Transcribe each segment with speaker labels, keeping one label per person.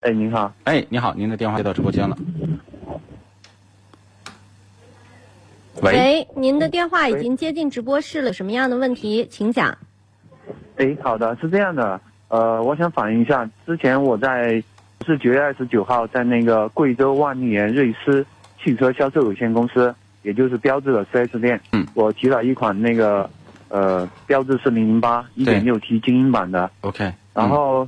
Speaker 1: 哎，您好，”。
Speaker 2: 哎，你好，您的电话接到直播间了。喂，
Speaker 3: 喂，您的电话已经接进直播室了，有什么样的问题请讲。
Speaker 1: 哎，好的，是这样的，呃，我想反映一下，之前我在是九月二十九号在那个贵州万立源瑞思汽车销售有限公司，也就是标志的 4S 店，
Speaker 2: 嗯，
Speaker 1: 我提了一款那个呃标致四零零八一点六 T 精英版的，
Speaker 2: ，OK 嗯。
Speaker 1: 然后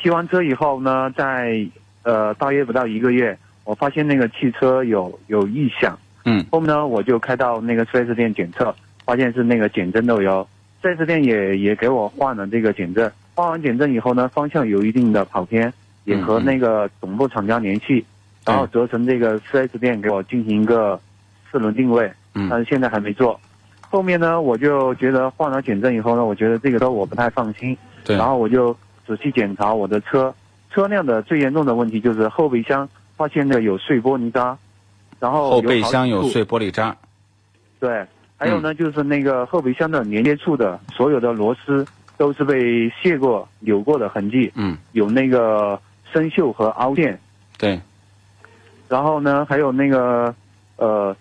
Speaker 1: 提完车以后呢，在呃大约不到一个月，我发现那个汽车有有异响，
Speaker 2: 嗯
Speaker 1: 后面呢，我就开到那个 4S 店检测，发现是那个减震漏油。4S 店也也给我换了这个减震，换完减震以后呢，方向有一定的跑偏，也和那个总部厂家联系，
Speaker 2: 嗯对
Speaker 1: 然后责成这个 4S 店给我进行一个四轮定位，但
Speaker 2: 嗯
Speaker 1: 是现在还没做。后面呢，我就觉得换了减震以后呢，我觉得这个车我不太放心，
Speaker 2: 嗯对，
Speaker 1: 然后我就仔细检查我的车，车辆的最严重的问题就是后备箱发现那个有碎玻璃渣，然后
Speaker 2: 后备箱
Speaker 1: 好
Speaker 2: 有
Speaker 1: 几处
Speaker 2: 碎玻璃渣。
Speaker 1: 对，还有呢，就是那个后备箱的连接处的所有的螺丝都是被卸过、扭过的痕迹，
Speaker 2: 嗯，
Speaker 1: 有那个生锈和凹陷。
Speaker 2: 对，
Speaker 1: 然后呢，还有那个，呃，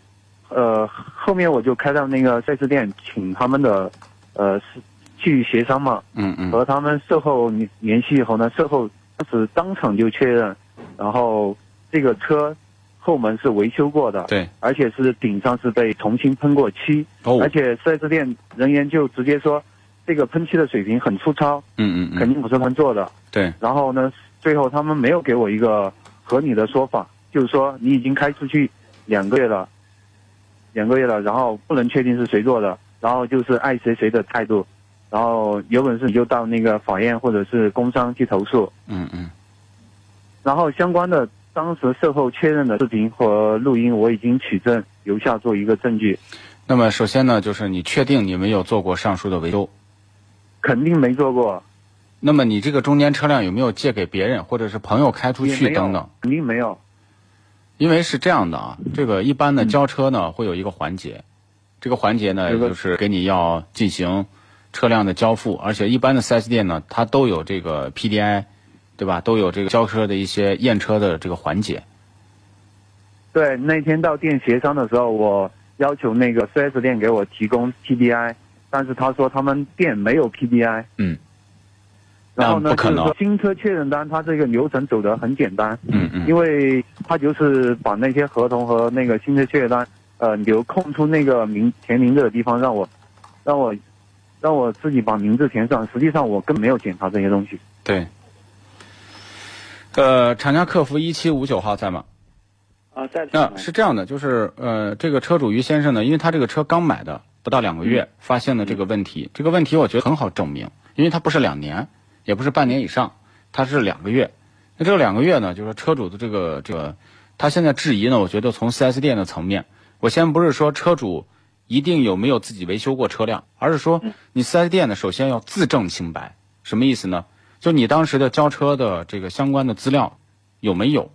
Speaker 1: 呃，后面我就开到那个 4S 店，请他们的，呃，是去协商嘛，
Speaker 2: 嗯嗯
Speaker 1: 和他们售后联联系以后呢，售后当时当场就确认，然后这个车后门是维修过的，
Speaker 2: 对。
Speaker 1: 而且是顶上是被重新喷过漆，
Speaker 2: 哦，
Speaker 1: 而且 4S 店人员就直接说，这个喷漆的水平很粗糙，
Speaker 2: 嗯嗯
Speaker 1: 肯
Speaker 2: 嗯，
Speaker 1: 定不是他们做的。
Speaker 2: 对，
Speaker 1: 然后呢，最后他们没有给我一个合理的说法，就是说你已经开出去两个月了，两个月了，然后不能确定是谁做的，然后就是爱谁谁的态度，然后有本事你就到那个法院或者是工商去投诉。
Speaker 2: 嗯嗯
Speaker 1: 然后相关的当时售后确认的视频和录音我已经取证留下做一个证据，
Speaker 2: 那么首先呢，就是你确定你没有做过上述的维修，
Speaker 1: 肯定没做过。
Speaker 2: 那么你这个中间车辆有没有借给别人或者是朋友开出
Speaker 1: 也没
Speaker 2: 去
Speaker 1: 有
Speaker 2: 等等？，
Speaker 1: 肯定没有。
Speaker 2: 因为是这样的啊，这个一般的交车呢会有一个环节，这个环节呢
Speaker 1: 嗯有个
Speaker 2: 就是给你要进行车辆的交付，而且一般的 4S 店呢它都有这个 PDI，对吧？都有这个交车的一些验车的这个环节。
Speaker 1: 对，那天到店协商的时候，我要求那个 4S 店给我提供 PDI，但是他说他们店没有 PDI。
Speaker 2: 嗯。
Speaker 1: 然后
Speaker 2: 那
Speaker 1: 呢，
Speaker 2: 不可能
Speaker 1: 就是说新车确认单，它这个流程走得很简单，
Speaker 2: 嗯嗯
Speaker 1: 因为它就是把那些合同和那个新车确认单，呃，留空出那个名填名字的地方，让我，让我，让我自己把名字填上。实际上我根本没有检查这些东西。
Speaker 2: 对。呃，厂家客服一七五九号在吗？
Speaker 4: 啊，在
Speaker 2: 那是这样的，就是呃，这个车主于先生呢，因为他这个车刚买的不到两个
Speaker 4: 嗯
Speaker 2: 月，发现了这个问题。这个问题我觉得很好证明，因为它不是两年，也不是半年以上，它是两个月。那这两个月呢，就是车主的这个这个，他现在质疑呢，我觉得从 4S 店的层面，我先不是说车主一定有没有自己维修过车辆，而是
Speaker 4: 嗯
Speaker 2: 说你 4S 店呢，首先要自证清白。什么意思呢？就你当时的交车的这个相关的资料有没有？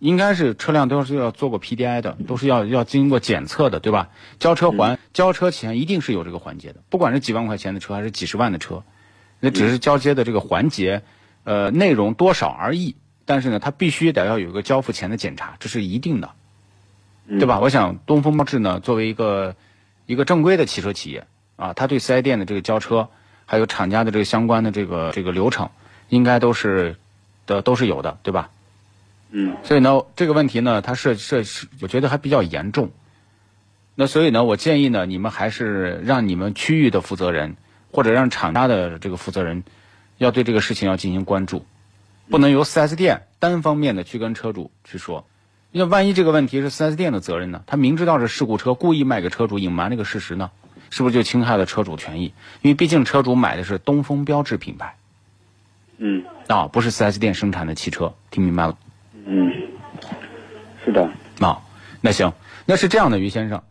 Speaker 2: 应该是车辆都是要做过 PDI 的，都是要要经过检测的，对吧？交车还、交车前一定是有这个环节的，不管是几万块钱的车还是几十万的车，那只是交接的这个环节，呃，内容多少而已。但是呢，它必须得要有一个交付前的检查，这是一定的，对吧？我想东风标致呢，作为一个一个正规的汽车企业啊，它对四 S 店的这个交车，还有厂家的这个相关的这个这个流程，应该都是的都是有的，对吧？
Speaker 4: 嗯
Speaker 2: 所以呢，这个问题呢，它涉涉是我觉得还比较严重。那所以呢，我建议呢，你们还是让你们区域的负责人或者让厂家的这个负责人，要对这个事情要进行关注，不能由 4S 店单方面的去跟车主去说，因为万一这个问题是 4S 店的责任呢，他明知道是事故车，故意卖给车主隐瞒这个事实呢，是不是就侵害了车主权益？因为毕竟车主买的是东风标致品牌，
Speaker 4: 嗯
Speaker 2: 啊，不是 4S 店生产的汽车，听明白了
Speaker 4: 嗯，是的，
Speaker 2: 啊？那行，那是这样的，于先生，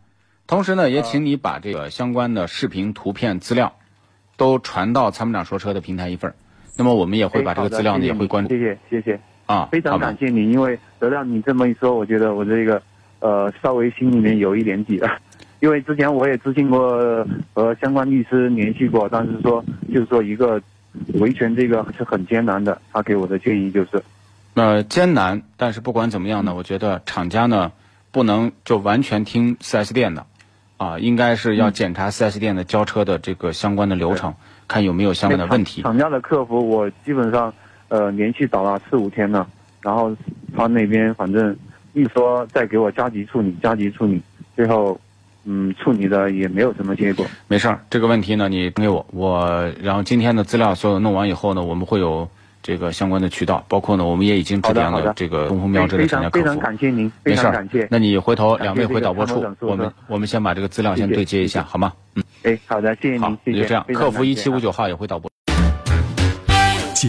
Speaker 2: 同时呢，也请你把这个相关的视频、图片、资料都传到参谋长说车的平台一份儿那么我们也会把这个资料呢也会关注
Speaker 1: 哎谢谢谢谢，
Speaker 2: 啊，
Speaker 1: 非常
Speaker 2: 好吧
Speaker 1: 感谢你，因为得到你这么一说，我觉得我这个呃稍微心里面有一点底了。 因为之前我也咨询过和相关律师联系过，但是说就是说一个维权这个是很艰难的，他给我的建议就是，
Speaker 2: 呃，艰难，但是不管怎么样呢，
Speaker 1: 嗯
Speaker 2: 我觉得厂家呢不能就完全听 4S 店的，啊，应该是要检
Speaker 1: 嗯
Speaker 2: 查 4S 店的交车的这个相关的流程，看有没有相关的问题。
Speaker 1: 厂家的客服我基本上呃连续找了四五天了，然后他那边反正一说再给我加急处理，加急处理，最后嗯处理的也没有什么结果。
Speaker 2: 没事儿，这个问题呢你给我，我然后今天的资料所有弄完以后呢，我们会有这个相关的渠道，包括呢我们也已经致
Speaker 1: 好的
Speaker 2: 电
Speaker 1: 好的
Speaker 2: 了这个东风标致的
Speaker 1: 非
Speaker 2: 厂
Speaker 1: 常
Speaker 2: 家客
Speaker 1: 非
Speaker 2: 服。
Speaker 1: 常感谢您，非
Speaker 2: 没事
Speaker 1: 常
Speaker 2: 儿
Speaker 1: 感谢。
Speaker 2: 那你回头两位
Speaker 1: 感谢这个
Speaker 2: 回导播
Speaker 1: 参谋
Speaker 2: 处
Speaker 1: 长，说
Speaker 2: 我
Speaker 1: 的
Speaker 2: 们我们先把这个资料先
Speaker 1: 谢谢
Speaker 2: 对接一下，好吗？嗯，
Speaker 1: 哎，好的，谢谢
Speaker 2: 好
Speaker 1: 您，，谢
Speaker 2: 那
Speaker 1: 谢。
Speaker 2: 就这样。
Speaker 1: 非常
Speaker 2: 客服
Speaker 1: 感
Speaker 2: 一
Speaker 1: 谢
Speaker 2: 七
Speaker 1: 啊
Speaker 2: 五九号也会导播。
Speaker 5: 解